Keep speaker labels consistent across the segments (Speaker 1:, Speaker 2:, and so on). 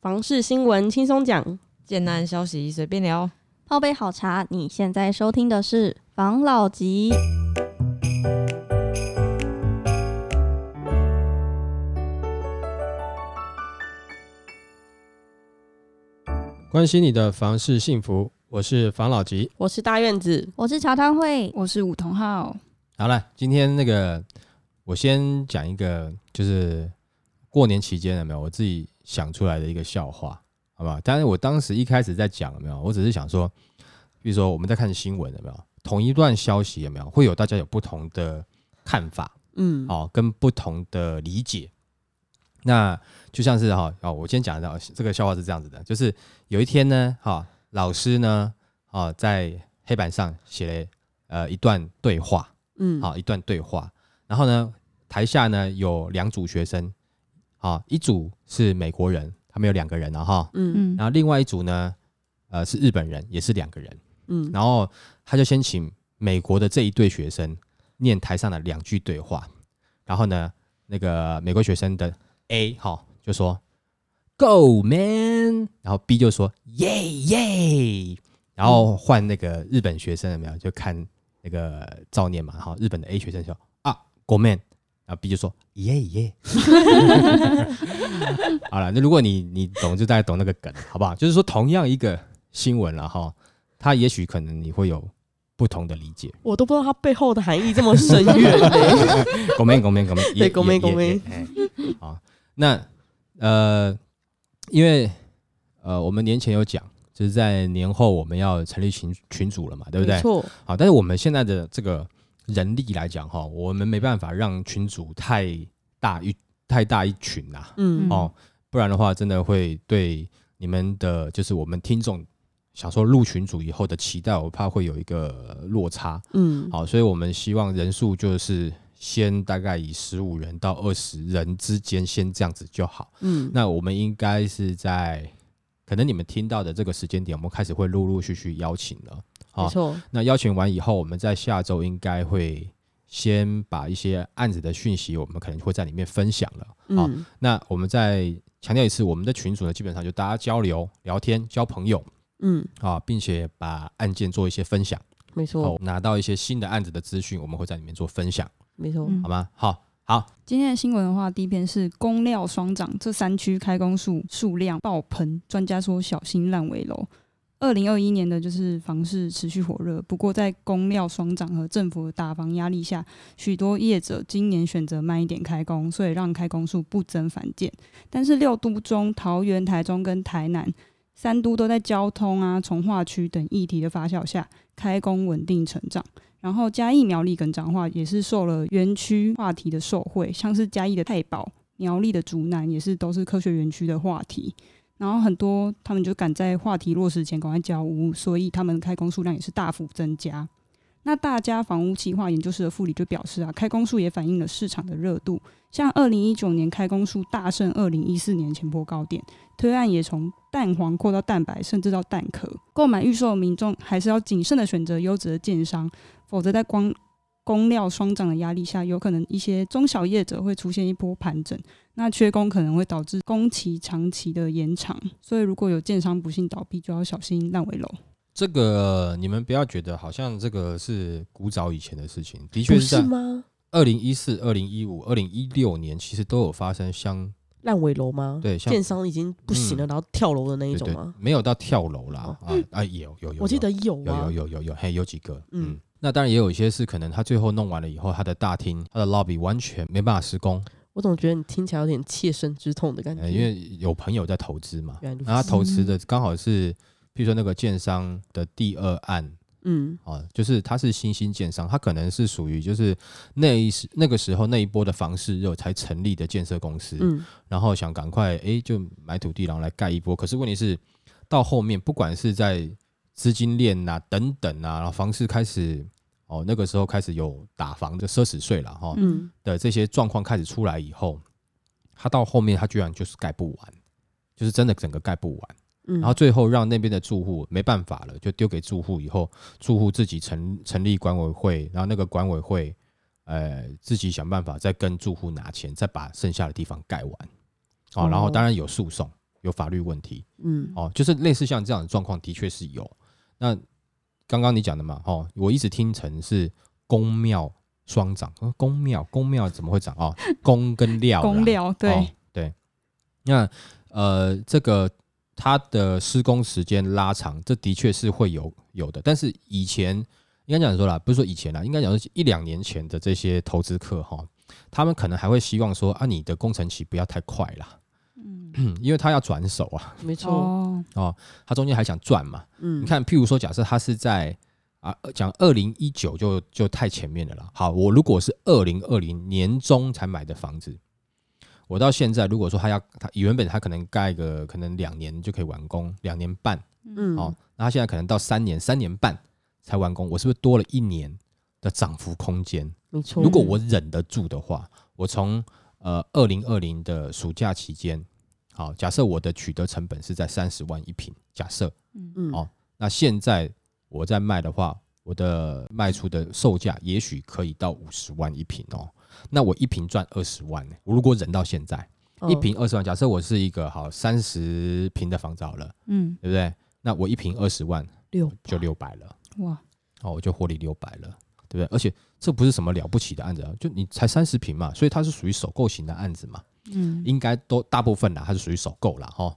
Speaker 1: 房事新闻轻松讲，
Speaker 2: 简单消息随便聊。
Speaker 3: 泡杯好茶，你现在收听的是《防老集》。
Speaker 4: 关心你的房事幸福，我是房老吉。
Speaker 1: 我是大院子，
Speaker 3: 我是茶汤会，
Speaker 5: 我是武同浩，
Speaker 4: 好了，今天那个我先讲一个，就是过年期间有没有我自己想出来的一个笑话，好不好？当然，我当时一开始在讲有没有，我只是想说，比如说我们在看新闻有没有，同一段消息有没有，会有大家有不同的看法，
Speaker 1: 嗯，
Speaker 4: 哦，跟不同的理解。那就像是哈哦，我先讲到这个笑话是这样子的，就是有一天呢，哈、老师呢，啊、在黑板上写了呃一段对话，
Speaker 1: 嗯，
Speaker 4: 好、一段对话，然后呢，台下呢有两组学生，啊、一组是美国人，他们有两个人啊了哈、
Speaker 1: 嗯，
Speaker 5: 嗯
Speaker 4: 然后另外一组呢，呃是日本人，也是两个人，
Speaker 1: 嗯嗯，
Speaker 4: 然后他就先请美国的这一对学生念台上的两句对话，然后呢，那个美国学生的 A 哈、就说 “Go man”，然后 B 就说 “Yeah yeah”，然后换那个日本学生有没有就看那个照念嘛，哈，日本的 A 学生说啊 “Go man”，然后 B 就说 “Yeah yeah”。好了，那如果你你懂，就大概懂那个梗，好不好？就是说同样一个新闻了哈，它也许可能你会有不同的理解。
Speaker 1: 我都不知道它背后的含义这么深远呢。
Speaker 4: 狗妹，狗妹，狗妹，
Speaker 1: 对狗妹狗妹。
Speaker 4: 哎好，那呃，因为呃，我们年前有讲，就是在年后我们要成立群群组了嘛， 对不对
Speaker 1: 没？错，
Speaker 4: 好，但是我们现在的这个人力来讲哈，我们没办法让群组太大一太大一群呐、
Speaker 1: 嗯，
Speaker 4: 哦，不然的话，真的会对你们的，就是我们听众想说入群组以后的期待，我怕会有一个落差。
Speaker 1: 嗯，
Speaker 4: 好，所以我们希望人数就是先大概以十五人到二十人之间，先这样子就好。
Speaker 1: 嗯，
Speaker 4: 那我们应该是在可能你们听到的这个时间点，我们开始会陆陆续续邀请了。
Speaker 1: 没错，
Speaker 4: 那邀请完以后，我们在下周应该会先把一些案子的讯息，我们可能会在里面分享了。好
Speaker 1: 嗯，
Speaker 4: 那哦我们再强调一次，我们的群组呢，基本上就大家交流、聊天、交朋友
Speaker 1: 嗯，
Speaker 4: 啊，并且把案件做一些分享，
Speaker 1: 没
Speaker 4: 好
Speaker 1: 错，，
Speaker 4: 拿到一些新的案子的资讯，我们会在里面做分享，
Speaker 1: 没错，
Speaker 5: 嗯
Speaker 4: 好吗？好，好，
Speaker 5: 今天的新闻的话，第一篇是工料双涨，这三区开工数数量爆棚，专家说小心烂尾楼。二零二一年的就是房市持续火热，不过在工料双涨和政府的打房压力下，许多业者今年选择慢一点开工，所以让开工数不增反减。但是六都中，桃园、台中跟台南三都都在交通啊、从化区等议题的发酵下，开工稳定成长。然后嘉义、苗栗跟彰化也是受了园区话题的受惠，像是嘉义的太保、苗栗的竹南也是都是科学园区的话题。然后很多他们就赶在话题落实前赶快交屋，所以他们开工数量也是大幅增加。那大家房屋企划研究室的副理就表示啊，开工数也反映了市场的热度，像二零一九年开工数大胜二零一四年前波高点，推案也从蛋黄扩到蛋白，甚至到蛋壳。购买预售的民众还是要谨慎的选择优质的建商，否则在光供料双涨的压力下，有可能一些中小业者会出现一波盘整。那缺工可能会导致工期长期的延长，所以如果有建商不幸倒闭，就要小心烂尾楼。
Speaker 4: 这个你们不要觉得好像这个是古早以前的事情，的确
Speaker 1: 不
Speaker 4: 是啊在
Speaker 1: 是吗？
Speaker 4: 二零一四、二零一五、二零一六年，其实都有发生相
Speaker 1: 烂尾楼吗？
Speaker 4: 对像嗯
Speaker 1: 建商已经不行了，然后跳楼的那一
Speaker 4: 对
Speaker 1: 种
Speaker 4: 对
Speaker 1: 吗？，哦
Speaker 4: 没有到跳楼啦啊啊，有有有，
Speaker 1: 我记得有
Speaker 4: 有
Speaker 1: 啊
Speaker 4: 有，有有有，嘿，有几个，
Speaker 1: 嗯
Speaker 4: 嗯。那当然也有一些是可能他最后弄完了以后，他的大厅、他的 lobby 完全没办法施工，
Speaker 1: 我总觉得你听起来有点切身之痛的感觉，
Speaker 4: 呃因为有朋友在投资嘛，
Speaker 1: 原来如
Speaker 4: 那他
Speaker 1: 此，
Speaker 4: 投资的刚好是，譬如说那个建商的第二案
Speaker 1: 嗯
Speaker 4: 啊，就是他是新兴建商，他可能是属于就是那一时那个时候那一波的房市热才成立的建设公司，
Speaker 1: 嗯，
Speaker 4: 然后想赶快诶就买土地，然后来盖一波。可是问题是，到后面不管是在资金链呐、等等啊，然后房市开始哦，那个时候开始有打房的奢侈税了哈、
Speaker 1: 嗯，
Speaker 4: 的这些状况开始出来以后，他到后面他居然就是盖不完，就是真的整个盖不完。
Speaker 1: 嗯，
Speaker 4: 然后最后让那边的住户没办法了，就丢给住户以后，住户自己成成立管委会，然后那个管委会，呃，自己想办法再跟住户拿钱，再把剩下的地方盖完。哦，然后
Speaker 1: 哦
Speaker 4: 当然有诉讼，有法律问题。
Speaker 1: 嗯，
Speaker 4: 哦，就是类似像这样的状况，的确是有。那刚刚你讲的嘛，哦，我一直听成是公庙双涨，呃公庙公庙怎么会涨哦，公跟料啦，
Speaker 5: 公料对、
Speaker 4: 哦、对。那呃，这个它的施工时间拉长，这的确是会有有的，但是以前应该讲说啦，不是说以前啦，应该讲说一两年前的这些投资客哈，他们可能还会希望说啊，你的工程期不要太快啦，嗯， 因为他要转手啊，
Speaker 1: 没错，
Speaker 5: 哦，
Speaker 4: 他中间还想赚嘛，
Speaker 1: 嗯，
Speaker 4: 你，看，譬如说，假设他是在啊，呃讲二零一九就就太前面了啦。好，我如果是二零二零年中才买的房子，我到现在如果说他要他原本他可能盖个可能两年就可以完工，两年半
Speaker 1: 嗯，
Speaker 4: 哦，那他现在可能到三年、三年半才完工，我是不是多了一年的涨幅空间？
Speaker 1: 没错，
Speaker 4: 如果我忍得住的话，我从呃二零二零的暑假期间，好，假设我的取得成本是在三十万一平，假设。
Speaker 1: 嗯，
Speaker 4: 哦那现在我在卖的话，我的卖出的售价也许可以到五十万一平哦。那我一平赚二十万、呢？我如果忍到现在，
Speaker 1: 嗯
Speaker 4: 一，平二十万，假设我是一个好三十平的房子好了，
Speaker 5: 嗯，
Speaker 4: 对不对？那我一平二十万
Speaker 1: 哦六
Speaker 4: 就六百了，
Speaker 5: 哇，
Speaker 4: 哦，我就获利六百了，对不对？而且这不是什么了不起的案子啊，就你才三十平嘛，所以它是属于首购型的案子嘛。
Speaker 5: 嗯，
Speaker 4: 应该都大部分啦，它是属于首购啦，哈。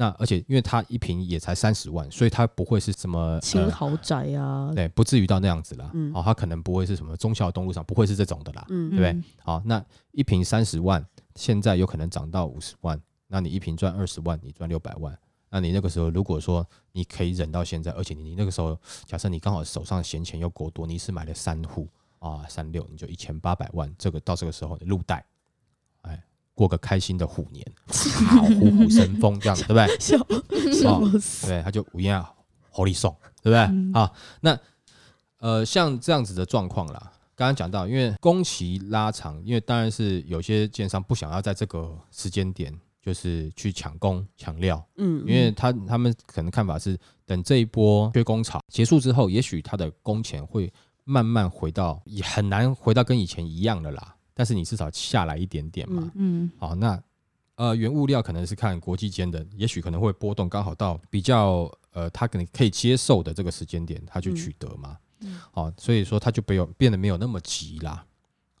Speaker 4: 那而且因为它一平也才三十万，所以它不会是什么
Speaker 1: 轻
Speaker 4: 呃
Speaker 1: 豪宅啊，
Speaker 4: 对，不至于到那样子啦。
Speaker 1: 嗯
Speaker 4: 哦，它可能不会是什么忠孝东路上，不会是这种的啦。
Speaker 1: 嗯，
Speaker 4: 对不对好，那一瓶三十万，现在有可能涨到五十万，那你一瓶赚二十万，你赚六百万。那你那个时候，如果说你可以忍到现在，而且你你那个时候，假设你刚好手上闲钱又够多，你是买了三户啊，三六，你就一千八百万，这个到这个时候你入袋，哎，过个开心的虎年，好虎虎生风，这样子对不对？
Speaker 1: 笑
Speaker 4: 哦
Speaker 1: 笑死，
Speaker 4: 对，他就五样火力送，对不对？
Speaker 5: 嗯
Speaker 4: 啊，那呃，像这样子的状况啦，刚刚讲到，因为工期拉长，因为当然是有些建商不想要在这个时间点就是去抢工抢料，
Speaker 1: 嗯，
Speaker 4: 因为他他们可能看法是，等这一波缺工潮结束之后，也许他的工钱会慢慢回到，也很难回到跟以前一样的啦，但是你至少下来一点点嘛，
Speaker 1: 嗯
Speaker 5: 嗯
Speaker 4: 好，那呃，原物料可能是看国际间的，也许可能会波动，刚好到比较呃，他可能可以接受的这个时间点，他去
Speaker 1: 嗯
Speaker 4: 取得嘛。
Speaker 5: 嗯
Speaker 4: 好，所以说他就没有变得没有那么急啦。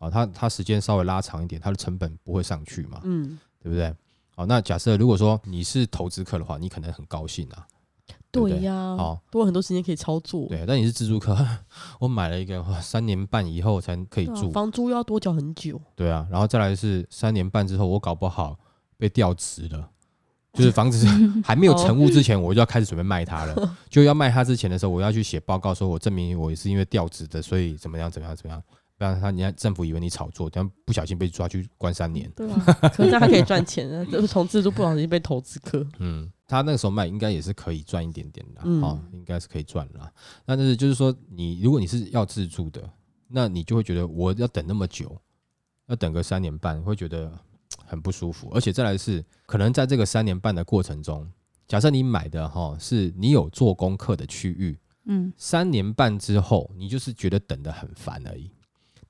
Speaker 4: 好，他他时间稍微拉长一点，他的成本不会上去嘛，
Speaker 1: 嗯，
Speaker 4: 对不对？好，那假设如果说你是投资客的话，你可能很高兴啊，对哦不
Speaker 1: 对呀
Speaker 4: 好，
Speaker 1: 多了很多时间可以操作，
Speaker 4: 对。但你是自住客， 我买了一个哇三年半以后才可以
Speaker 1: 对啊
Speaker 4: 住，
Speaker 1: 房租又要多缴很久，
Speaker 4: 对啊，然后再来是三年半之后，我搞不好被调职了，就是房子还没有成屋之前，我就要开始准备卖它了。就要卖它之前的时候，我要去写报告，说我证明我是因为调职的，所以怎么样怎么样怎么样，不然他人家政府以为你炒作，但不小心被抓去关三年。
Speaker 1: 对啊，可是他还可以赚 钱啊，就是从自助不小心被投资客，
Speaker 4: 嗯，他那个时候卖应该也是可以赚一点点的啊、
Speaker 1: 嗯
Speaker 4: 哦，应该是可以赚的啦。那但是就是说，你如果你是要自住的，那你就会觉得我要等那么久，要等个三年半，会觉得嘖很不舒服。而且再来是，可能在这个三年半的过程中，假设你买的哈、是你有做功课的区域，
Speaker 5: 嗯
Speaker 4: 三年半之后，你就是觉得等得很烦而已。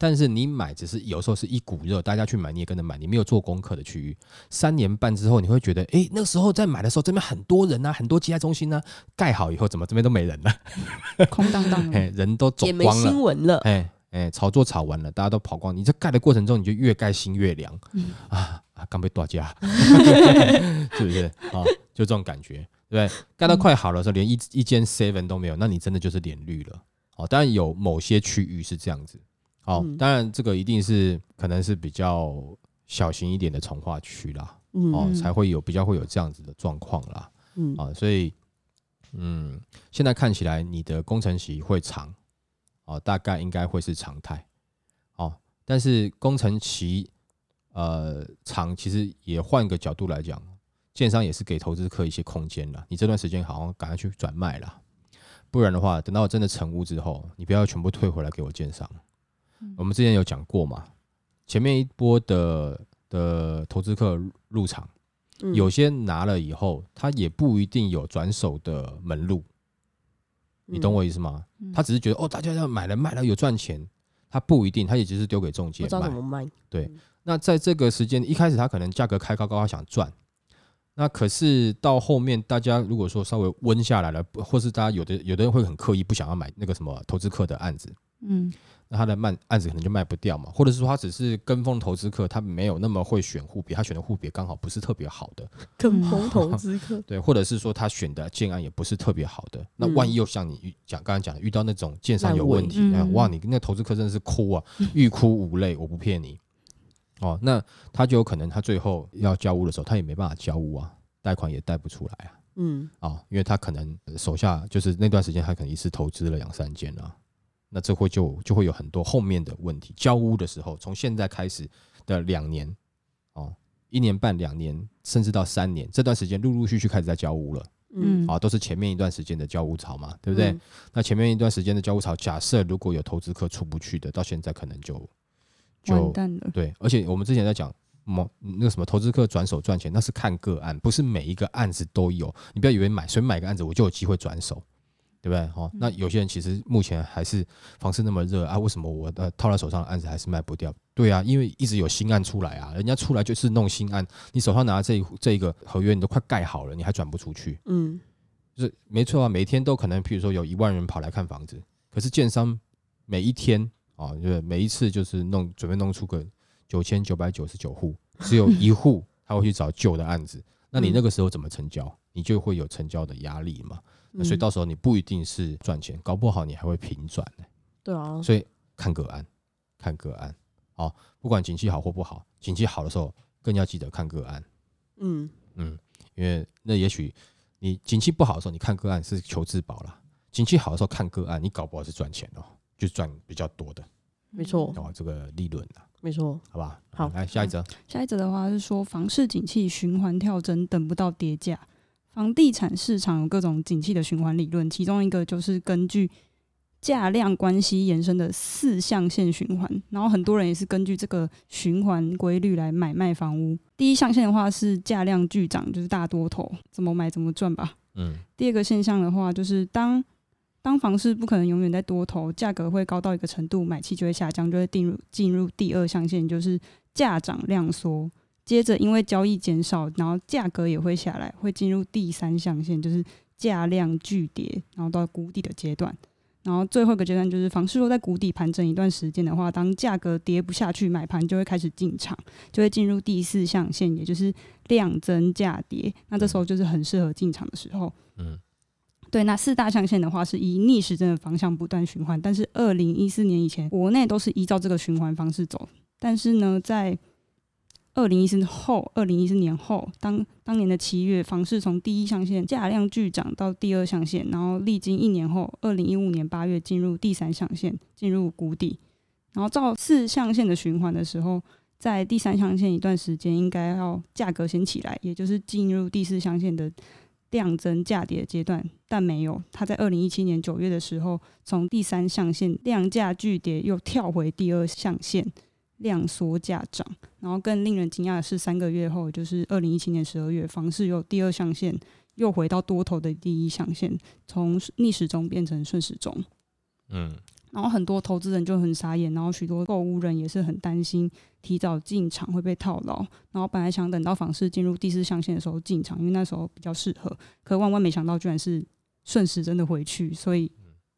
Speaker 4: 但是你买只是有时候是一股热，大家去买你也跟着买，你没有做功课的区域。三年半之后，你会觉得，诶，那时候在买的时候，这边很多人啊，很多接待中心啊，盖好以后怎么这边都没人了、
Speaker 5: 空荡荡的，
Speaker 4: 嘿，人都走
Speaker 1: 嗯也没
Speaker 4: 光
Speaker 1: 新
Speaker 4: 了，
Speaker 1: 闻了，
Speaker 4: 哎哎，炒作炒完了，大家都跑光。你在盖的过程中，你就越盖心越凉、
Speaker 1: 嗯
Speaker 4: 啊啊，刚被 打架， 是不是啊？就这种感觉，对不对？盖到快好了的时候，连一一间 seven 都没有，那你真的就是脸绿了。哦，当然有某些区域是这样子。哦，
Speaker 1: 嗯
Speaker 4: 当然这个一定是可能是比较小型一点的从化区啦，哦，
Speaker 1: 嗯
Speaker 5: 嗯
Speaker 4: 才会有比较会有这样子的状况啦。
Speaker 1: 嗯，
Speaker 4: 啊，所以嗯，现在看起来你的工程期会长，哦，大概应该会是常态，哦，但是工程期呃长，其实也换个角度来讲，建商也是给投资客一些空间啦。你这段时间好像赶快去转卖啦，不然的话，等到我真的成屋之后，你不要全部退回来给我建商。
Speaker 1: 嗯
Speaker 4: 我们之前有讲过嘛，前面一波的的投资客入场。
Speaker 1: 嗯
Speaker 4: 哎有些拿了以后，他也不一定有转手的门路，
Speaker 1: 嗯
Speaker 4: 你懂，我意思吗？
Speaker 5: 嗯
Speaker 4: 他只是觉得哦，大家要买了卖了有赚钱，他不一定，他也只是丢给
Speaker 1: 嗯
Speaker 4: 中
Speaker 1: 不
Speaker 4: 介
Speaker 1: 知道怎
Speaker 4: 卖。
Speaker 1: 么卖，
Speaker 4: 那在这个时间一开始，他可能价格开高高，他想赚，那可是到后面，大家如果说稍微温下来了，不或是大家有的有的人会很刻意不想要买那个什么投资客的案子，
Speaker 5: 嗯，
Speaker 4: 那他的卖案子可能就卖不掉嘛，或者是说他只是跟风投资客，他没有那么会选户别，他选的户别刚好不是特别好的，，
Speaker 1: 跟风投资客
Speaker 4: 对，或者是说他选的建案也不是特别好的，那万一又像你遇讲刚刚讲的，遇到那种建商有问题，
Speaker 5: 嗯烂尾
Speaker 4: 哎
Speaker 5: 嗯
Speaker 4: 哇，你那投资客真的是哭啊，欲哭无泪，我不骗你，哦，那他就有可能他最后要交屋的时候，他也没办法交屋啊，贷款也贷不出来啊。
Speaker 1: 嗯，
Speaker 4: 啊、因为他可能呃手下就是那段时间他可能一次投资了两三间啊，那这会就就会有很多后面的问题。交屋的时候，从现在开始的两年哦，一年半、两年，甚至到三年这段时间，陆陆续续开始在交屋了
Speaker 1: 嗯，
Speaker 4: 啊、都是前面一段时间的交屋潮嘛，对不对？
Speaker 1: 嗯
Speaker 4: 那前面一段时间的交屋潮，假设如果有投资客出不去的，到现在可能就
Speaker 5: 完
Speaker 4: 就
Speaker 5: 蛋了，
Speaker 4: 对，而且我们之前在讲某那个什么投资客转手赚钱，那是看个案，不是每一个案子都有。你不要以为买随便买一个案子我就有机会转手，对不对？哦，那有些人其实目前还是房市那么热啊，为什么我呃套在手上的案子还是卖不掉？对啊，因为一直有新案出来啊，人家出来就是弄新案，你手上拿这一这一个合约，你都快盖好了，你还转不出去，
Speaker 1: 嗯，
Speaker 4: 就是没错啊，每天都可能，譬如说有一万人跑来看房子，可是建商每一天啊、哦，就是每一次就是弄准备弄出个九千九百九十九户，只有一户他会去找旧的案子，那你那个时候怎么成交？你就会有成交的压力嘛，那所以到时候你不一定是赚钱，搞不好你还会平转呢、
Speaker 1: 对啊，
Speaker 4: 所以看个案，看个案，好、不管景气好或不好，景气好的时候更要记得看个案。
Speaker 1: 嗯，
Speaker 4: 嗯，因为那也许你景气不好的时候，你看个案是求自保啦；景气好的时候看个案，你搞不好是赚钱哦，就赚比较多的
Speaker 1: 没错
Speaker 4: 哦，这个利润啊，
Speaker 1: 没错，
Speaker 4: 好吧？嗯
Speaker 1: 好
Speaker 4: 来下一则，
Speaker 5: 下一则的话是说，房市景气循环跳针，等不到跌价。房地产市场有各种景气的循环理论，其中一个就是根据价量关系延伸的四象限循环。然后很多人也是根据这个循环规律来买卖房屋。第一象限的话是价量巨涨，就是大多头，怎么买怎么赚吧。
Speaker 4: 嗯
Speaker 5: 第二个现象的话，就是当当房市不可能永远在多头，价格会高到一个程度，买气就会下降，就会进入进入第二象限，就是价涨量缩。接着因为交易减少，然后价格也会下来，会进入第三象限，就是价量巨跌，然后到谷底的阶段。然后最后一个阶段就是房市若在谷底盘整一段时间的话，当价格跌不下去，买盘就会开始进场，就会进入第四象限，也就是量增价跌。那这时候就是很适合进场的时候。
Speaker 4: 嗯
Speaker 5: 对，那四大象限的话是以逆时针的方向不断循环，但是二零一四年以前，国内都是依照这个循环方式走。但是呢，在二零一四后，二零一四年后，当当年的七月，房市从第一象限价量巨涨到第二象限，然后历经一年后，二零一五年八月进入第三象限，进入谷底。然后照四象限的循环的时候，在第三象限一段时间，应该要价格先起来，也就是进入第四象限的量增价跌的阶段，但没有。它在二零一七年九月的时候，从第三象限量价巨跌又跳回第二象限量缩价涨。然后更令人惊讶的是，三个月后，就是二零一七年十二月，房市又第二象限又回到多头的第一象限，从逆时钟变成顺时钟。
Speaker 4: 嗯
Speaker 5: 然后很多投资人就很傻眼，然后许多购物人也是很担心提早进场会被套牢，然后本来想等到房市进入第四象限的时候进场，因为那时候比较适合，可万万没想到居然是顺时针的回去，所以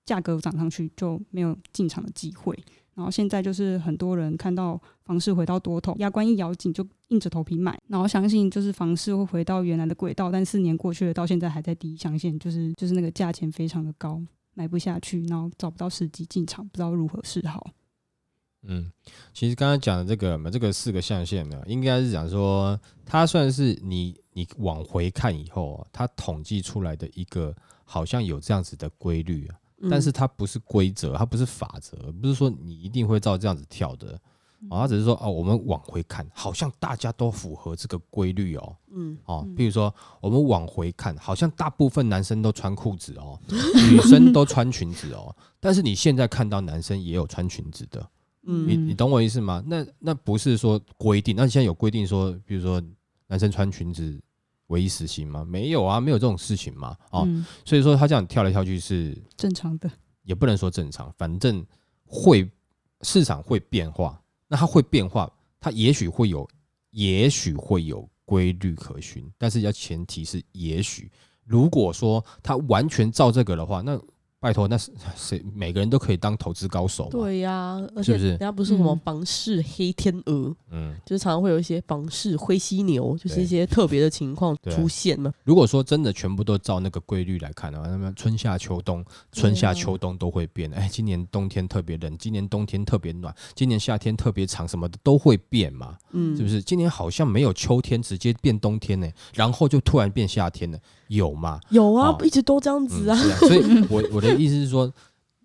Speaker 5: 价格涨上去就没有进场的机会。然后现在就是很多人看到房市回到多头，牙关一咬紧就硬着头皮买，然后相信就是房市会回到原来的轨道，但四年过去了，到现在还在第一象限，就是就是那个价钱非常的高。买不下去，然后找不到时机进场，不知道如何是好。
Speaker 4: 嗯，其实刚刚讲的这个嘛，这个四个象限呢，应该是讲说它算是你你往回看以后、啊，它统计出来的一个好像有这样子的规律啊。
Speaker 1: 嗯
Speaker 4: 但是它不是规则，它不是法则，不是说你一定会照这样子跳的。
Speaker 1: 嗯
Speaker 4: 哦，它只是说哦，我们往回看，好像大家都符合这个规律哦。
Speaker 1: 嗯，
Speaker 4: 哦，譬如说我们往回看，好像大部分男生都穿裤子哦，女生都穿裙子哦。 但是你现在看到男生也有穿裙子的，你
Speaker 1: 嗯，
Speaker 4: 你懂我意思吗？那那不是说规定，那现在有规定说，比如说男生穿裙子唯一死刑吗？没有啊，没有这种事情嘛。哦，
Speaker 5: 嗯，
Speaker 4: 所以说他这样跳来跳去是
Speaker 5: 正常的，
Speaker 4: 也不能说正常，反正会市场会变化，那它会变化，它也许会有，也许会有规律可循，但是要前提是也许，如果说他完全照这个的话，那拜托，那是 谁每个人都可以当投资高手嘛？，
Speaker 1: 对呀、而
Speaker 4: 是
Speaker 1: 且
Speaker 4: 不是
Speaker 1: 人家不是什么
Speaker 2: 嗯
Speaker 1: 房市黑天鹅，
Speaker 4: 嗯，
Speaker 1: 就是常常会有一些房市灰犀牛，就是
Speaker 4: 对
Speaker 1: 一些特别的情况
Speaker 4: 对
Speaker 1: 出现嘛。
Speaker 4: 如果说真的全部都照那个规律来看的话，那么春夏秋冬，
Speaker 1: 啊
Speaker 4: 春夏秋冬都会变。哎、今年冬天特别冷，今年冬天特别暖，今年夏天特别长，什么的都会变嘛，
Speaker 1: 嗯，
Speaker 4: 是不是？今年好像没有秋天直接变冬天呢、然后就突然变夏天了，有吗？
Speaker 1: 有啊
Speaker 4: 哦，
Speaker 1: 一直都这样
Speaker 4: 嗯
Speaker 1: 子啊。
Speaker 4: 是啊，所以我我的意思是说，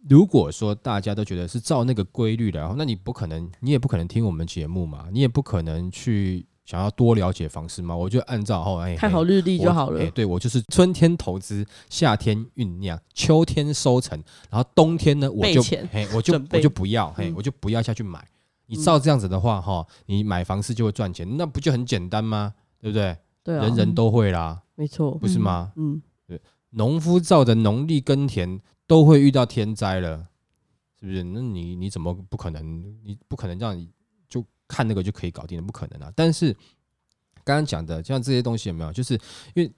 Speaker 4: 如果说大家都觉得是照那个规律的，然后那你不可能，你也不可能听我们节目嘛，你也不可能去想要多了解房市嘛，我就按照后哎
Speaker 1: 看好日历就好了
Speaker 4: 哎、。对我就是春天投资，夏天酝酿，秋天收成，然后冬天呢我
Speaker 1: 备
Speaker 4: 就
Speaker 1: 钱
Speaker 4: 嘿我就
Speaker 1: 准备
Speaker 4: 我就不要嘿、
Speaker 1: 嗯
Speaker 4: 我就不要下去买。你照这样子的话哈，你买房市就会赚钱，那不就很简单吗？对不对？
Speaker 1: 对啊，
Speaker 4: 人人都会啦，
Speaker 1: 没错。
Speaker 4: 不是吗？
Speaker 1: 嗯，
Speaker 4: 农夫照着农历耕田都会遇到天灾了，是不是？那你你怎么不可能？你不可能让你就看那个就可以搞定的，不可能啊！但是刚刚讲的，像这些东西有没有？就是因为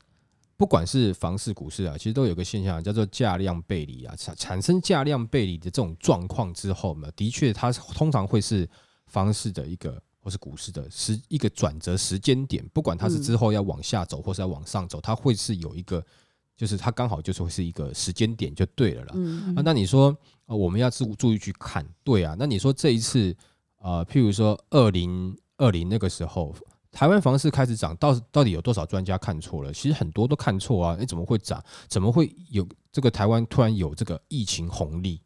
Speaker 4: 不管是房市、股市啊，其实都有个现象叫做价量背离啊，产产生价量背离的这种状况之后呢，的确它通常会是房市的一个。或是股市的时一个转折时间点，不管它是
Speaker 1: 嗯
Speaker 4: 之后要往下走，或是要往上走，它会是有一个就是它刚好就是会是一个时间点就对了啦。
Speaker 1: 嗯
Speaker 4: 啊，那你说、呃、我们要注注意去看，对啊。那你说这一次呃，譬如说二零二零那个时候，台湾房市开始涨，到到底有多少专家看错了？其实很多都看错啊，你怎么会涨？怎么会有这个台湾突然有这个疫情红利？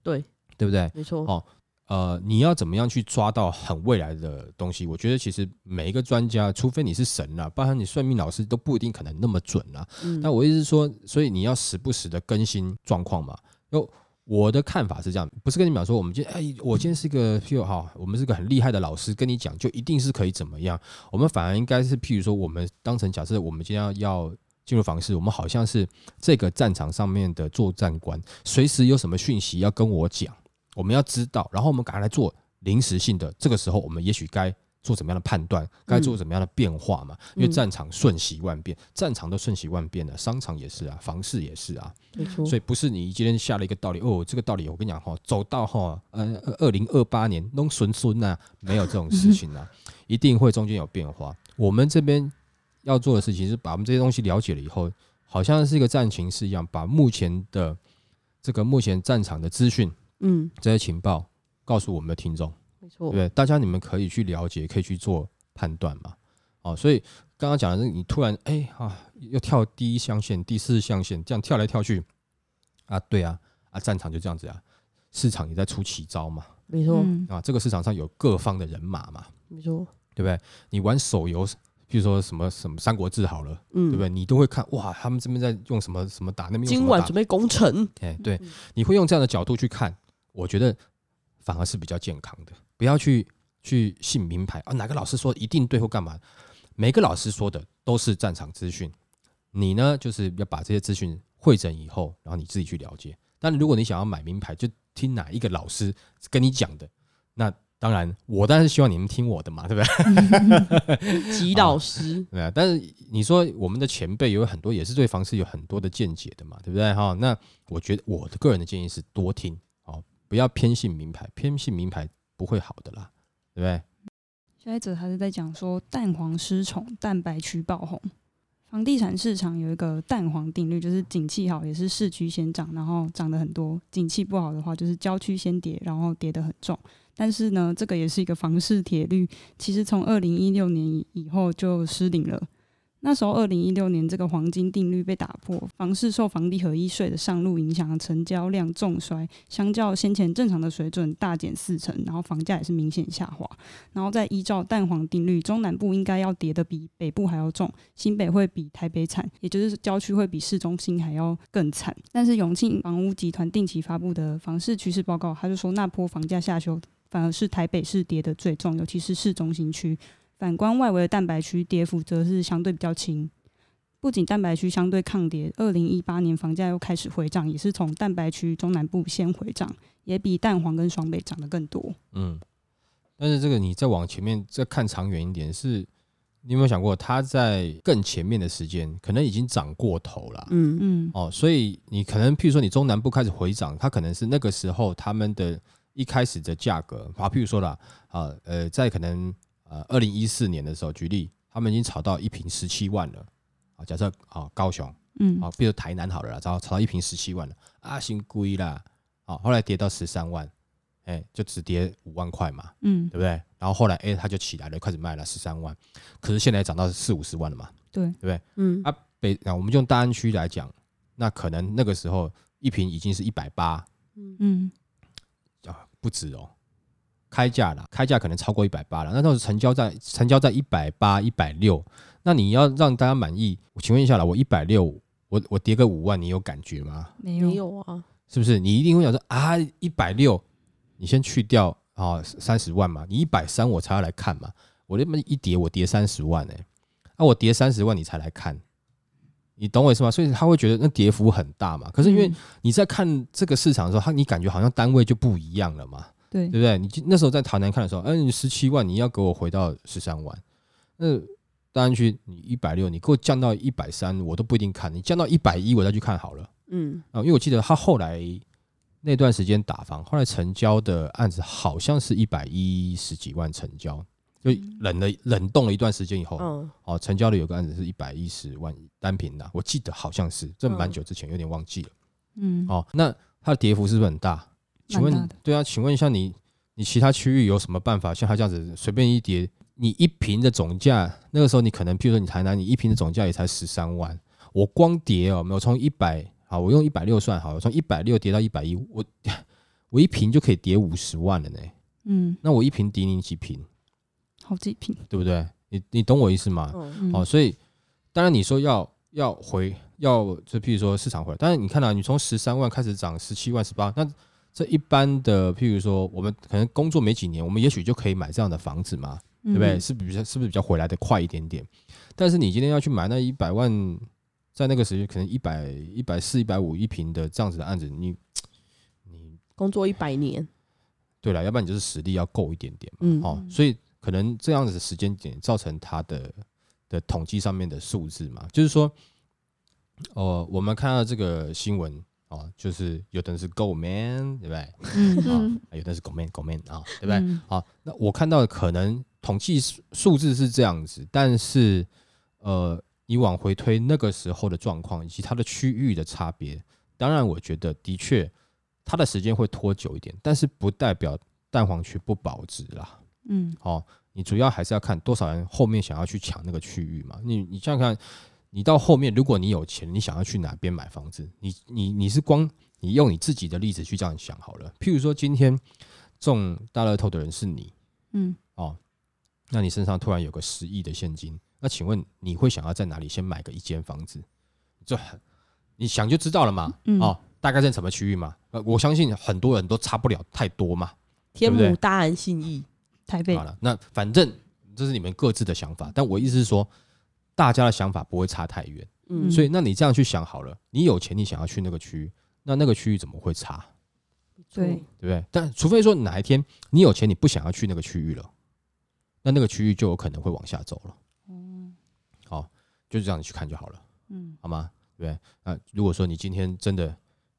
Speaker 1: 对，
Speaker 4: 对不对？
Speaker 1: 没错。
Speaker 4: 哦呃，你要怎么样去抓到很未来的东西？我觉得其实每一个专家，除非你是神啊，不然你算命老师都不一定可能那么准啊。
Speaker 1: 嗯
Speaker 4: 那我意思是说，所以你要时不时的更新状况嘛。就我的看法是这样，不是跟你们讲说我们今天哎，我今天是个譬如哈，我们是个很厉害的老师，跟你讲就一定是可以怎么样。我们反而应该是譬如说，我们当成假设我们今天要要进入房市，我们好像是这个战场上面的作战官，随时有什么讯息要跟我讲，我们要知道，然后我们赶快来做临时性的。这个时候，我们也许该。做怎么样的判断，该做怎么样的变化嘛？因为
Speaker 1: 嗯
Speaker 4: 战场瞬息万变，战场都瞬息万变了，商场也是啊，房市也是啊，
Speaker 1: 没错。
Speaker 4: 所以不是你今天下了一个道理哦，这个道理我跟你讲哈，走到哈呃二零二八年弄孙孙呐，没有这种事情啊，一定会中间有变化。我们这边要做的事情是把我们这些东西了解了以后，好像是一个战情是一样，把目前的这个目前战场的资讯
Speaker 1: 嗯，
Speaker 4: 这些情报告诉我们的听众。
Speaker 1: 没错。
Speaker 4: 对，大家你们可以去了解，可以去做判断嘛。哦，所以刚刚讲的是你突然哎啊，又跳第一象限、第四象限，这样跳来跳去啊，对啊，啊，战场就这样子啊，市场也在出奇招嘛，
Speaker 1: 没错，
Speaker 5: 嗯
Speaker 4: 啊，这个市场上有各方的人马嘛，
Speaker 1: 没错。
Speaker 4: 对不对？你玩手游，比如说什么什么《三国志》好了，
Speaker 1: 嗯，
Speaker 4: 对不对？你都会看哇，他们这边在用什么什么打，那边用什
Speaker 1: 今
Speaker 4: 么
Speaker 1: 晚
Speaker 4: 打
Speaker 1: 准备攻 城。
Speaker 4: 哎，对，你会用这样的角度去看，我觉得反而是比较健康的。不要去去信名牌啊，哪个老师说一定对或干嘛？每个老师说的都是战场资讯，你呢就是要把这些资讯汇整以后，然后你自己去了解。但如果你想要买名牌，就听哪一个老师跟你讲的。那当然，我当然是希望你们听我的嘛，对不对？
Speaker 1: 吉老师，
Speaker 4: 对啊，但是你说我们的前辈有很多也是对房市有很多的见解的嘛，对不对哈？那我觉得我的个人的建议是多听哦，不要偏信名牌，偏信名牌不会好的啦，对不对？
Speaker 5: 下一则还是在讲说蛋黄失宠，蛋白区爆红。房地产市场有一个蛋黄定律，就是景气好也是市区先涨，然后涨得很多；景气不好的话，就是郊区先跌，然后跌得很重。但是呢，这个也是一个房市铁律，其实从二零一六年以以后就失灵了。那时候二零一六年这个黄金定律被打破，房市受房地合一税的上路影响，成交量重衰，相较先前正常的水准大减四成，然后房价也是明显下滑。然后再依照蛋黄定律，中南部应该要跌得比北部还要重，新北会比台北惨，也就是郊区会比市中心还要更惨。但是永庆房屋集团定期发布的房市趋势报告，他就说那波房价下修反而是台北市跌得最重，尤其是市中心区。反观外围的蛋白区跌幅则是相对比较轻。不仅蛋白区相对抗跌，二零一八年房价又开始回涨，也是从蛋白区中南部先回涨，也比蛋黄跟双北涨得更多。
Speaker 4: 嗯，但是这个你再往前面再看长远一点，是你有没有想过，它在更前面的时间可能已经涨过头了？
Speaker 1: 嗯，
Speaker 5: 嗯，
Speaker 4: 哦，所以你可能，譬如说你中南部开始回涨，它可能是那个时候他们的一开始的价格啊，譬如说啦，啊呃，在可能呃二零一四年的时候，举例，他们已经炒到一瓶十七万了，啊，假设啊高雄
Speaker 5: 嗯，
Speaker 4: 啊，譬如台南好了啦，然后炒到一瓶十七万了，啊，新贵啦，啊，后来跌到十三万，哎、就只跌五万块嘛，
Speaker 5: 嗯，
Speaker 4: 对不对？然后后来哎、它就起来了，开始卖了十三万，可是现在涨到四五十万了嘛，
Speaker 5: 对，
Speaker 1: 嗯
Speaker 4: 啊北那我们用大安区来讲，那可能那个时候一瓶已经是一百八
Speaker 5: 嗯，
Speaker 4: 啊，不止哦，开价了，开价可能超过一百八了。那到时候成交在成交在一百八、一百六，那你要让大家满意，我请问一下了，我一百六，我我跌个五万，你有感觉吗？
Speaker 5: 没
Speaker 1: 没
Speaker 5: 有，
Speaker 1: 有啊，
Speaker 4: 是不是？你一定会想说啊，一百六，你先去掉啊三十万嘛，你一百三我才要来看嘛。我那么一叠，我叠三十万哎、啊，我叠三十万你才来看，你懂我意思吗？所以他会觉得那跌幅很大嘛。可是因为
Speaker 5: 嗯
Speaker 4: 你在看这个市场的时候，他你感觉好像单位就不一样了嘛，
Speaker 5: 对
Speaker 4: 对不对？你就那时候在台南看的时候，哎、你十七万你要给我回到十三万，那大安区你一百六，你给我降到一百三，我都不一定看，你降到一百一我再去看好了。
Speaker 1: 嗯，
Speaker 4: 啊、因为我记得他后来那段时间打房，后来成交的案子好像是一百一十几万成交，就冷了冷冻了一段时间以后，
Speaker 1: 嗯，
Speaker 4: 哦，成交的有个案子是一百一十万单品的，我记得好像是，这蛮久之前有点忘记了。
Speaker 5: 嗯，
Speaker 4: 哦，那它的跌幅是不是很大？请
Speaker 5: 蛮大
Speaker 4: 问
Speaker 5: 的，
Speaker 4: 对啊，请问一下你，你其他区域有什么办法像它这样子随便一跌，你一瓶的总价，那个时候你可能，譬如说你台南，你一瓶的总价也才十三万，我光跌哦，没有从一百，好，我用一百六算好了，从一百六跌到一百一，我我一瓶就可以跌五十万了呢。
Speaker 5: 嗯，
Speaker 4: 那我一瓶抵你几瓶，
Speaker 5: 好几瓶，
Speaker 4: 对不对？你你懂我意思吗？
Speaker 1: 嗯
Speaker 5: 嗯
Speaker 4: 哦，，所以当然你说要要回要就譬如说市场回来，但是你看啊到、你从十三万开始涨十七万十八，那这一般的譬如说我们可能工作没几年，我们也许就可以买这样的房子嘛，
Speaker 5: 对
Speaker 4: 对不对？？是比较是不是比较回来的快一点点？但是你今天要去买那一百万，在那个时间可能一百一百四一百五一平的这样子的案子，你你
Speaker 1: 工作一百年，
Speaker 4: 对了，要不然你就是实力要够一点点嘛。
Speaker 1: 嗯
Speaker 4: 哦，所以可能这样子的时间点造成它的的统计上面的数字嘛，就是说，哦，我们看到这个新闻哦，就是有的人是 Go Man，对不对？
Speaker 5: 嗯，
Speaker 4: 啊、有的人是 Go Man Go Man 啊、对不对？
Speaker 5: 嗯？
Speaker 4: 好，那我看到的可能统计数数字是这样子，但是呃，你往回推那个时候的状况以及它的区域的差别，当然我觉得的确它的时间会拖久一点，但是不代表蛋黄区不保值啦。
Speaker 5: 嗯，
Speaker 4: 哦，你主要还是要看多少人后面想要去抢那个区域嘛。你你想想看，你到后面如果你有钱，你想要去哪边买房子？你你你是光你用你自己的例子去这样想好了。譬如说今天中大乐透的人是你，
Speaker 5: 嗯，
Speaker 4: 哦，那你身上突然有个十亿的现金，那请问你会想要在哪里先买个一间房子？这很你想就知道了嘛。
Speaker 5: 嗯
Speaker 4: 哦，大概在什么区域嘛？呃，我相信很多人都差不了太多嘛。
Speaker 1: 天
Speaker 4: 对不
Speaker 1: 母
Speaker 4: 对
Speaker 1: 大安信义，
Speaker 5: 台北
Speaker 4: 好，了，那反正这是你们各自的想法，但我意思是说，大家的想法不会差太远。
Speaker 1: 嗯，
Speaker 5: 哦
Speaker 4: 所以，那你这样去想好了，你有钱，你想要去那个区域，那那个区域怎么会差？
Speaker 5: 对，
Speaker 4: 对不对？但除非说哪一天你有钱，你不想要去那个区域了，那那个区域就有可能会往下走了。好，就是这样你去看就好了，
Speaker 5: 嗯
Speaker 4: 好吗？对不对？那如果说你今天真的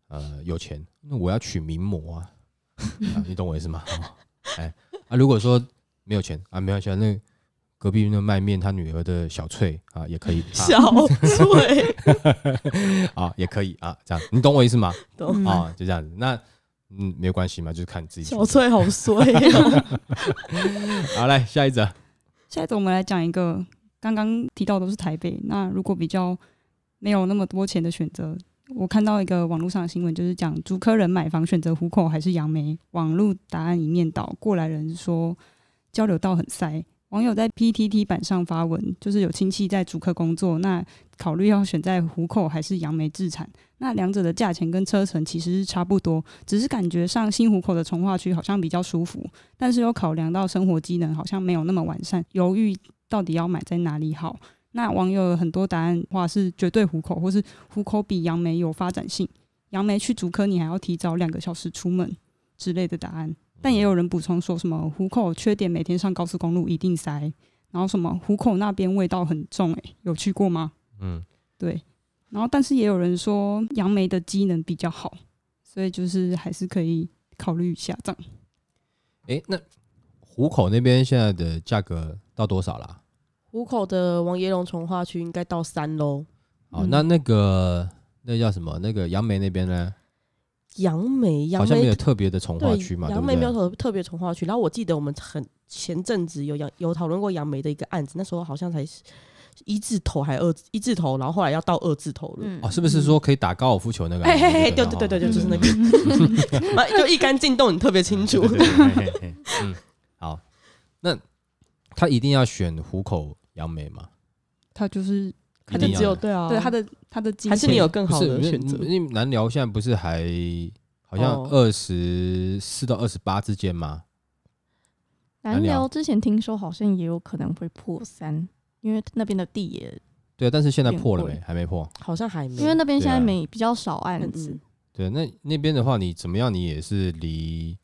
Speaker 4: 呃有钱，那我要娶名模啊， 啊你懂我意思吗？哦哎，啊，如果说没有钱啊，没关系，啊，那隔壁那卖面他女儿的小翠啊也可以
Speaker 1: 小 翠，
Speaker 4: 啊啊也可以啊，这样你懂我意思吗？
Speaker 1: 懂
Speaker 5: 嗯
Speaker 4: 啊，就这样子，那嗯没有关系嘛，就是看自己去
Speaker 1: 小翠好衰哦，
Speaker 4: 好，来下一则。
Speaker 5: 下一则我们来讲一个刚刚提到都是台北，那如果比较没有那么多钱的选择，我看到一个网络上的新闻，就是讲竹科人买房选择虎口还是杨梅，网络答案一面倒，过来人说交流道很塞。网友在 PTT 版上发文，就是有亲戚在竹科工作，那考虑要选在虎口还是杨梅自产，那两者的价钱跟车程其实是差不多，只是感觉上新虎口的从化区好像比较舒服，但是又考量到生活机能好像没有那么完善，犹豫到底要买在哪里好。那网友有很多答案的话是绝对虎口，或是虎口比杨梅有发展性，杨梅去竹科你还要提早两个小时出门
Speaker 4: 嗯
Speaker 5: 之类的答案。但也有人补充说什么虎口缺点每天上高速公路一定塞，然后什么虎口那边味道很重、欸，有去过吗？
Speaker 4: 嗯，
Speaker 5: 对，然后但是也有人说杨梅的机能比较好，所以就是还是可以考虑一下这样。
Speaker 4: 诶，那虎口那边现在的价格到多少啦？
Speaker 1: 虎口的王爷龙从化区应该到三喽。
Speaker 4: 哦，
Speaker 5: 嗯
Speaker 4: 那那个那叫什么？那个杨梅那边呢，
Speaker 1: 杨梅，
Speaker 4: 好
Speaker 1: 杨
Speaker 4: 像没
Speaker 1: 梅
Speaker 4: 有特别的从化
Speaker 1: 对，
Speaker 4: 区嘛，对
Speaker 1: 杨
Speaker 4: 不
Speaker 1: 梅没有
Speaker 4: 对？
Speaker 1: 特特别从化区。然后我记得我们很前阵子有杨有讨论过杨梅的一个案子，那时候好像才一字头还二一字头，然后后来要到二字头了。
Speaker 3: 嗯
Speaker 4: 哦，，是不是说可以打高尔夫球那个？啊
Speaker 1: 哎嘿嘿，
Speaker 4: 那
Speaker 1: 对
Speaker 4: 个
Speaker 1: 对对对对，
Speaker 4: 哦
Speaker 1: 就是那个， 啊就一杆进洞，你特别清楚。
Speaker 4: 对对对对嘿嘿嘿嗯，好，那他一定要选虎口杨梅吗？
Speaker 5: 它就是
Speaker 1: 可
Speaker 4: 一
Speaker 1: 能
Speaker 4: 定要
Speaker 1: 只有
Speaker 4: 的
Speaker 1: 对啊，
Speaker 5: 对它的它的机
Speaker 1: 还是你有
Speaker 5: 能
Speaker 1: 更
Speaker 4: 不
Speaker 1: 好
Speaker 4: 是
Speaker 1: 的选择
Speaker 4: 因为。因为南寮现在不是还好像
Speaker 1: 哦
Speaker 4: 二十四到二十八之间吗？
Speaker 3: 南寮之前听说好像也有可能会破三，因为那边的地也，
Speaker 4: 对啊，但是现在破了
Speaker 3: 变
Speaker 4: 没？还没破。
Speaker 1: 好像还没，
Speaker 3: 因为那边现在
Speaker 4: 对啊
Speaker 3: 没比较少案
Speaker 1: 嗯
Speaker 3: 子
Speaker 1: 嗯，，
Speaker 4: 对，啊那那边的话，你怎么样？你也是离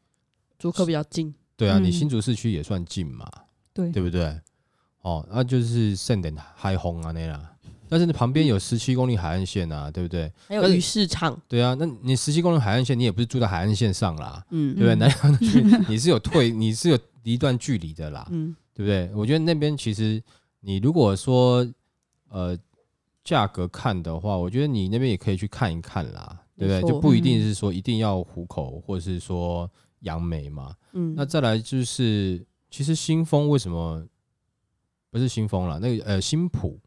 Speaker 1: 竹科比较近，
Speaker 4: 对啊，你
Speaker 5: 嗯
Speaker 4: 新竹市区也算近嘛，
Speaker 5: 对
Speaker 4: 对不对？哦，那就是盛典嗨轰啊那啦。但是你旁边有十七公里海岸线啊，对不对？
Speaker 1: 还有
Speaker 4: 但是
Speaker 1: 鱼市场，
Speaker 4: 对啊，那你十七公里海岸线，你也不是住在海岸线上啦，
Speaker 1: 嗯
Speaker 4: 对不对？
Speaker 5: 嗯
Speaker 4: 南洋的距你是有退，你是有一段距离的啦，
Speaker 1: 嗯，
Speaker 4: 对不对？我觉得那边其实你如果说呃价格看的话，我觉得你那边也可以去看一看啦，对不
Speaker 1: 没
Speaker 4: 对？
Speaker 1: 错嗯
Speaker 4: 就不一定是说一定要虎口或者是说杨梅嘛。
Speaker 1: 嗯，
Speaker 4: 那再来就是，其实新丰为什么不是新丰啦？那个呃新浦，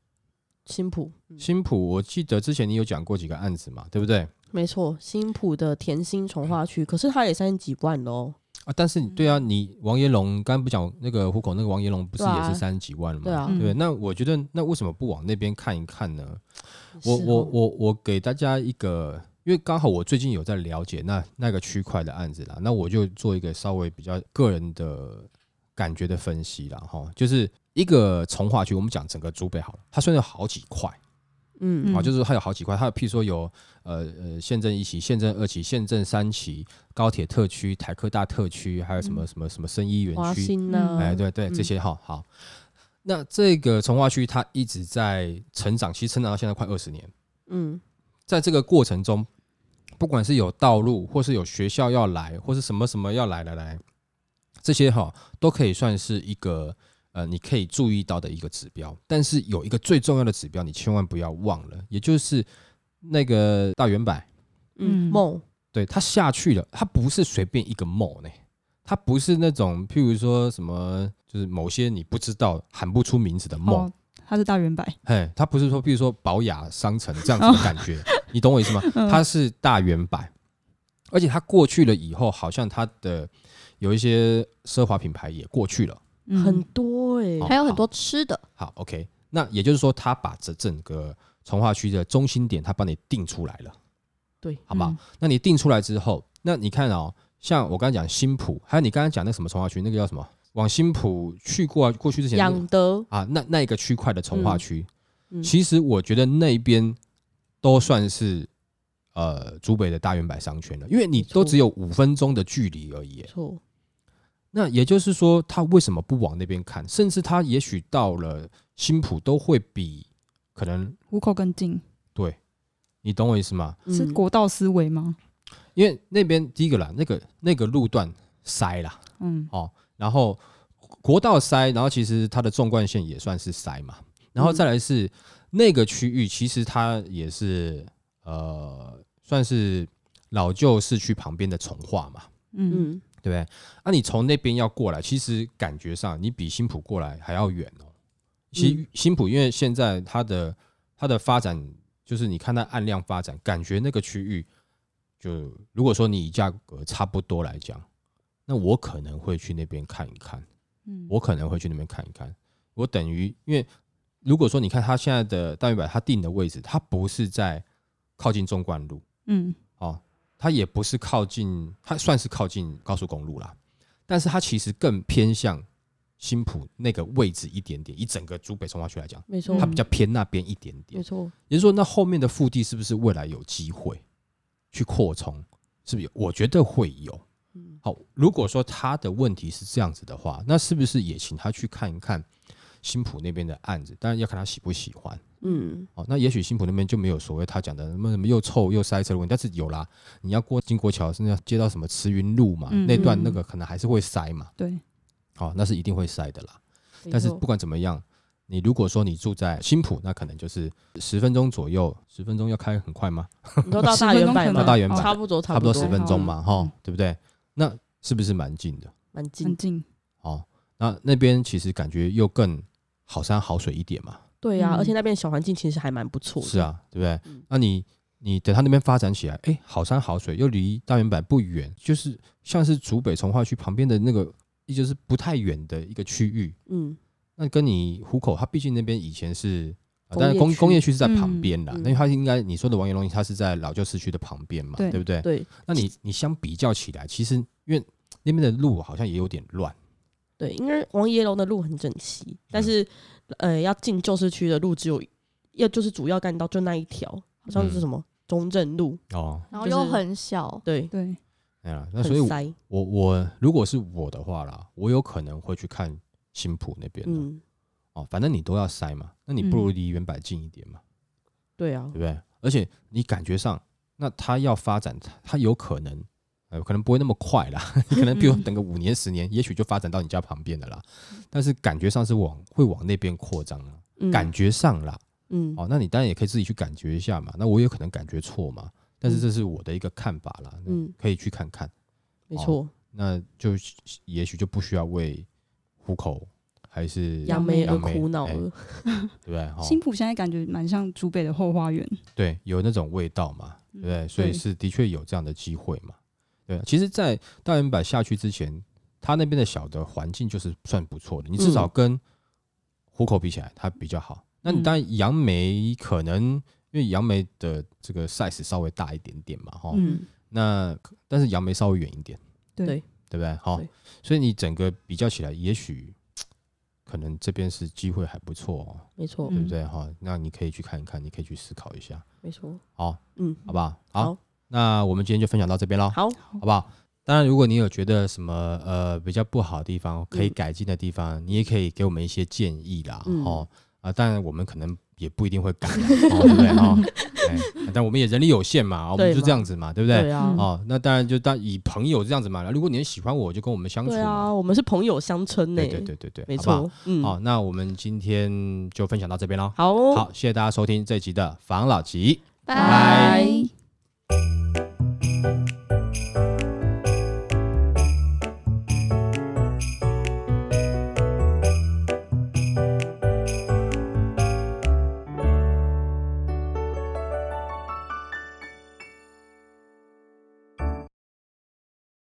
Speaker 1: 新浦，嗯
Speaker 4: 新浦，我记得之前你有讲过几个案子嘛，对不对？
Speaker 1: 没错，新浦的甜心从化区，可是它也三十几万哦喽，
Speaker 4: 啊，但
Speaker 1: 嗯
Speaker 4: 是你对啊，你王爷龙刚刚不讲那个虎口那个王爷龙不是
Speaker 1: 对
Speaker 4: 也
Speaker 1: 啊
Speaker 4: 是三十几万吗？
Speaker 1: 对啊
Speaker 5: 嗯
Speaker 4: 对，那我觉得那为什么不往那边看一看呢？我
Speaker 1: 是
Speaker 4: 我
Speaker 1: 哦
Speaker 4: 我我给大家一个，因为刚好我最近有在了解那那个区块的案子啦，那我就做一个稍微比较个人的感觉的分析啦，哈，就是一个从化区，我们讲整个竹北好了，它虽然有好几块。
Speaker 1: 嗯
Speaker 4: 啊，就是它有好几块，它有譬如说有呃呃县政一期、县政二期、县政三期、高铁特区、台科大特区，还有什
Speaker 1: 嗯
Speaker 4: 么什么什么生医嗯园
Speaker 1: 华
Speaker 4: 区，
Speaker 1: 兴呐，
Speaker 4: 哎，对对，这些哈、好。那这个从化区它一直在成长，其实成长到现在快二十年，
Speaker 1: 嗯，
Speaker 4: 在这个过程中，不管是有道路，或是有学校要来，或是什么什么要来来来，这些哈、都可以算是一个呃你可以注意到的一个指标。但是有一个最重要的指标，你千万不要忘了，也就是那个大圆柏，
Speaker 1: 嗯
Speaker 5: 嗯
Speaker 1: 梦，
Speaker 4: 对它下去了，它不是随便一个某呢。它不是那种，譬如说什么，就是某些你不知道、喊不出名字的梦，
Speaker 5: 哦，它是大圆柏，
Speaker 4: 嘿，它不是说，譬如说宝雅商城这样子的感觉，你懂我意思吗？它是大圆柏，而且它过去了以后，好像它的有一些奢华品牌也过去了。
Speaker 5: 嗯
Speaker 1: 很多哎，
Speaker 4: 哦
Speaker 3: 还有很多吃的，
Speaker 4: 好，OK，那也就是说，它把这整个从化区的中心点，它帮你定出来了，
Speaker 1: 对，
Speaker 4: 好不好？那你定出来之后，那你看哦，像我刚才讲新浦，还有你刚才讲那什么从化区，那个叫什么？往新浦去过过去之前那个、
Speaker 1: 养德，
Speaker 4: 啊，那那一个区块的从化区，
Speaker 1: 嗯
Speaker 4: 其实我觉得那边都算是呃竹北的大圆柏商圈了，因为你
Speaker 1: 没错
Speaker 4: 都只有五分钟的距离而已
Speaker 1: 没
Speaker 4: 耶。
Speaker 1: 错，
Speaker 4: 那也就是说，他为什么不往那边看？甚至他也许到了新浦都会比可能
Speaker 5: 虎口更近，
Speaker 4: 对，你懂我意思吗？
Speaker 5: 是
Speaker 1: 嗯
Speaker 5: 国道思维吗？
Speaker 4: 因为那边第一个啦，那个那个路段塞啦，
Speaker 5: 嗯，
Speaker 4: 哦，然后国道塞，然后其实它的纵贯线也算是塞嘛，然后再来是、那个区域，其实它也是呃算是老旧市区旁边的从化嘛，
Speaker 5: 嗯
Speaker 1: 嗯，
Speaker 4: 对不对？那、你从那边要过来，其实感觉上你比新浦过来还要远哦。其实
Speaker 1: 嗯
Speaker 4: 新浦因为现在它的它的发展，就是你看它按量发展，感觉那个区域就如果说你以价格差不多来讲，那我可能会去那边看一看。
Speaker 5: 嗯，
Speaker 4: 我可能会去那边看一看。我等于因为如果说你看它现在的大圆柏，它定的位置，它不是在靠近纵贯路
Speaker 5: 嗯
Speaker 4: 哦，它也不是靠近，它算是靠近高速公路啦，但是它其实更偏向新浦那个位置一点点。以整个竹北从化区来讲，
Speaker 1: 没错
Speaker 4: 它，比较偏那边一点点
Speaker 1: 没。错，
Speaker 4: 也就是说，那后面的腹地是不是未来有机会去扩充？是不是有？我觉得会有。好，如果说他的问题是这样子的话，那是不是也请他去看一看新浦那边的案子，当然要看他喜不喜欢。
Speaker 1: 嗯，
Speaker 4: 哦，那也许新浦那边就没有所谓他讲的什么什么又臭又塞车的问题，但是有啦，你要过经国桥，甚至要接到什么慈云路嘛，
Speaker 5: 嗯
Speaker 4: 那段
Speaker 1: 嗯
Speaker 4: 那个可能还是会塞嘛，
Speaker 5: 对，
Speaker 4: 哦，那是一定会塞的啦。
Speaker 1: 没
Speaker 4: 但是
Speaker 1: 错
Speaker 4: 不管怎么样，你如果说你住在新浦，那可能就是十分钟左右，十分钟要开很快吗？
Speaker 1: 你都到
Speaker 5: 10
Speaker 1: 大
Speaker 5: 分
Speaker 1: 圆
Speaker 5: 钟可
Speaker 1: 板
Speaker 5: 能
Speaker 1: 吗？
Speaker 4: 到大圆
Speaker 5: 哦
Speaker 4: 板
Speaker 1: 差不多，
Speaker 4: 差不
Speaker 1: 不
Speaker 4: 多十分钟嘛，哈、
Speaker 5: 嗯
Speaker 4: 对不对？那是不是蛮近的？
Speaker 1: 蛮
Speaker 5: 很
Speaker 1: 近。
Speaker 5: 近，
Speaker 4: 哦，那那边其实感觉又更好山好水一点嘛，
Speaker 1: 对呀、
Speaker 5: 嗯
Speaker 1: 而且那边小环境其实还蛮不错的。
Speaker 4: 是，啊，对不对？
Speaker 1: 嗯
Speaker 4: 那你你等他那边发展起来，哎，好山好水，又离大圆板不远，就是像是竹北从化区旁边的那个，也就是不太远的一个区域。
Speaker 1: 嗯，
Speaker 4: 那跟你虎口，它毕竟那边以前是，呃
Speaker 1: 工
Speaker 4: 当然工
Speaker 1: 业区
Speaker 4: 工业区是在旁边啦，
Speaker 1: 嗯嗯
Speaker 4: 那、为它应该你说的王延龙，它是在老旧市区的旁边嘛，
Speaker 5: 对
Speaker 4: 不对？
Speaker 1: 对
Speaker 4: 那你你相比较起来，其实因为那边的路好像也有点乱，
Speaker 1: 对，因为王爷楼的路很整齐，但
Speaker 4: 嗯
Speaker 1: 是、呃，要进旧市区的路只有，要就是主要干道就那一条，好像
Speaker 4: 嗯
Speaker 1: 是什么、中正路，
Speaker 4: 哦，
Speaker 3: 然后又很小，
Speaker 1: 对，
Speaker 5: 对，
Speaker 4: 哎呀，那所以
Speaker 1: 很
Speaker 4: 我
Speaker 1: 塞，
Speaker 4: 我我如果是我的话啦，我有可能会去看新浦那边的、
Speaker 1: 嗯，
Speaker 4: 哦，反正你都要塞嘛，那你不如离原百近一点嘛，
Speaker 1: 对啊
Speaker 4: 对，不对？而且你感觉上，那它要发展，它它有可能，呃，可能不会那么快啦， 你可能比如
Speaker 5: 嗯
Speaker 4: 等个五年十年，也许就发展到你家旁边的啦。但是感觉上是往会往那边扩张啊，
Speaker 1: 嗯
Speaker 4: 感觉上啦，
Speaker 1: 嗯，
Speaker 4: 哦，那你当然也可以自己去感觉一下嘛。那我有可能感觉错嘛，但是这是我的一个看法啦，嗯
Speaker 1: 嗯，
Speaker 4: 可以去看看。
Speaker 1: 没
Speaker 4: 哦
Speaker 1: 错，
Speaker 4: 那就也许就不需要为虎口还是
Speaker 1: 杨
Speaker 5: 杨
Speaker 1: 梅
Speaker 5: 梅
Speaker 1: 而苦恼
Speaker 4: 哎
Speaker 1: 了，
Speaker 4: 对不哦对？哈、
Speaker 5: 新浦现在感觉蛮像竹北的后花园，
Speaker 4: 对，有那种味道嘛，对
Speaker 5: 嗯
Speaker 4: 不对？所以
Speaker 5: 对
Speaker 4: 是的确有这样的机会嘛。对，其实，在大圆柏下去之前，它那边的小的环境就是算不错的，你至少
Speaker 1: 嗯
Speaker 4: 跟虎口比起来，它比较好。那你
Speaker 5: 嗯
Speaker 4: 当然杨梅可能因为杨梅的这个 size 稍微大一点点嘛，哈、
Speaker 5: 嗯，
Speaker 4: 那但是杨梅稍微远一点，
Speaker 5: 对
Speaker 1: 对
Speaker 4: 对不对？好
Speaker 1: 对，
Speaker 4: 所以你整个比较起来，也许可能这边是机会还不错、哦，
Speaker 1: 没错，
Speaker 4: 对不
Speaker 5: 嗯
Speaker 4: 对？哈、那你可以去看一看，你可以去思考一下，
Speaker 1: 没错，
Speaker 4: 好，
Speaker 1: 嗯，
Speaker 4: 好不好？
Speaker 1: 好
Speaker 4: 那我们今天就分享到这边喽，
Speaker 1: 好，
Speaker 4: 好不好？当然，如果你有觉得什么呃比较不好的地方，可以
Speaker 1: 嗯
Speaker 4: 改进的地方，你也可以给我们一些建议啦，
Speaker 1: 嗯
Speaker 4: 哦啊，当然我们可能也不一定会改 啦，哦、对不对？哈、哎但我们也人力有 限嘛，哦我们
Speaker 1: 对
Speaker 4: 就
Speaker 1: 嘛
Speaker 4: 这样子嘛，对不对？
Speaker 1: 对啊
Speaker 5: 嗯。
Speaker 4: 哦，那当然就当以朋友这样子嘛。如果你很喜欢我，就跟我们相处
Speaker 1: 对啊，
Speaker 4: 嘛。
Speaker 1: 我们是朋友相称呢、
Speaker 4: 对对对对对，
Speaker 1: 没
Speaker 4: 好不好
Speaker 1: 错。，嗯，
Speaker 4: 好，那我们今天就分享到这边喽。
Speaker 1: 好哦
Speaker 4: 好，谢谢大家收听这一集的防老集。
Speaker 1: 拜。